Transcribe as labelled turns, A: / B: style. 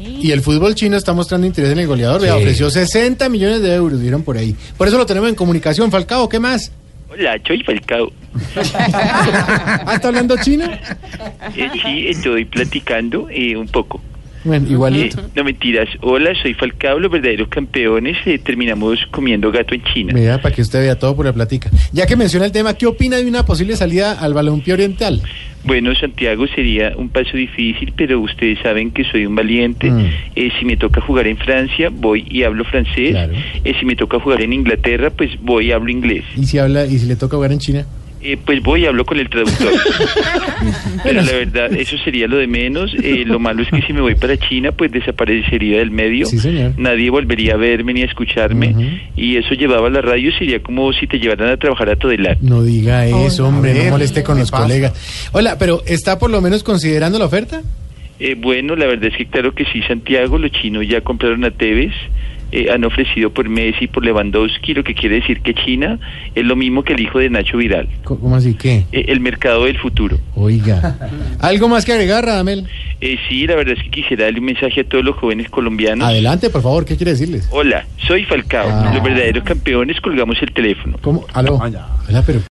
A: Y el fútbol chino está mostrando interés en el goleador. Vea,
B: Sí.
A: ofreció 60 millones de euros, dieron por ahí. Por eso lo tenemos en comunicación. Falcao, ¿qué más?
C: Hola, soy Falcao.
A: ¿Ah, está hablando chino?
C: Eh, sí, estoy platicando eh, un poco.
A: Bueno, igualito.
C: Eh, no mentiras. Hola, soy Falcao, los verdaderos campeones. eh, terminamos comiendo gato en China.
A: Mira, para que usted vea todo por la platica. Ya que menciona el tema, ¿qué opina de una posible salida al balompié oriental?
C: Bueno, Santiago, sería un paso difícil, pero ustedes saben que soy un valiente.
A: Mm.
C: Eh, si me toca jugar en Francia, voy y hablo francés.
A: Claro.
C: Eh, si me toca jugar en Inglaterra, pues voy y hablo inglés.
A: ¿Y si habla y si le toca jugar en China?
C: Eh, pues voy y hablo con el traductor. Pero la verdad, eso sería lo de menos. Eh, lo malo es que si me voy para China, pues desaparecería del medio.
A: Sí, señor.
C: Nadie volvería a verme ni a escucharme.
A: Ujú.
C: Y eso llevaba a la radio, sería como si te llevaran a trabajar a Todelar.
A: No diga eso, hombre,
B: ver,
A: no moleste con
B: ¿qué
A: los
B: pasa?
A: colegas. Hola, pero ¿está por lo menos considerando la oferta?
C: Eh, bueno, la verdad es que claro que sí, Santiago, los chinos ya compraron a Tevez. eh, han ofrecido por Messi, por Lewandowski, lo que quiere decir que China es lo mismo que el hijo de Nacho Viral,
A: Co- ¿Cómo así? ¿Qué?
C: eh, el mercado del futuro.
A: Oiga. ¿Algo más que agregar, Radamel?
C: Eh, sí, la verdad es que quisiera darle un mensaje a todos los jóvenes colombianos.
A: Adelante, por favor, ¿qué quiere decirles?
C: Hola, soy Falcao.
A: Ah.
C: Los verdaderos campeones colgamos el teléfono.
A: ¿Cómo? Aló. Ah, Hola, pero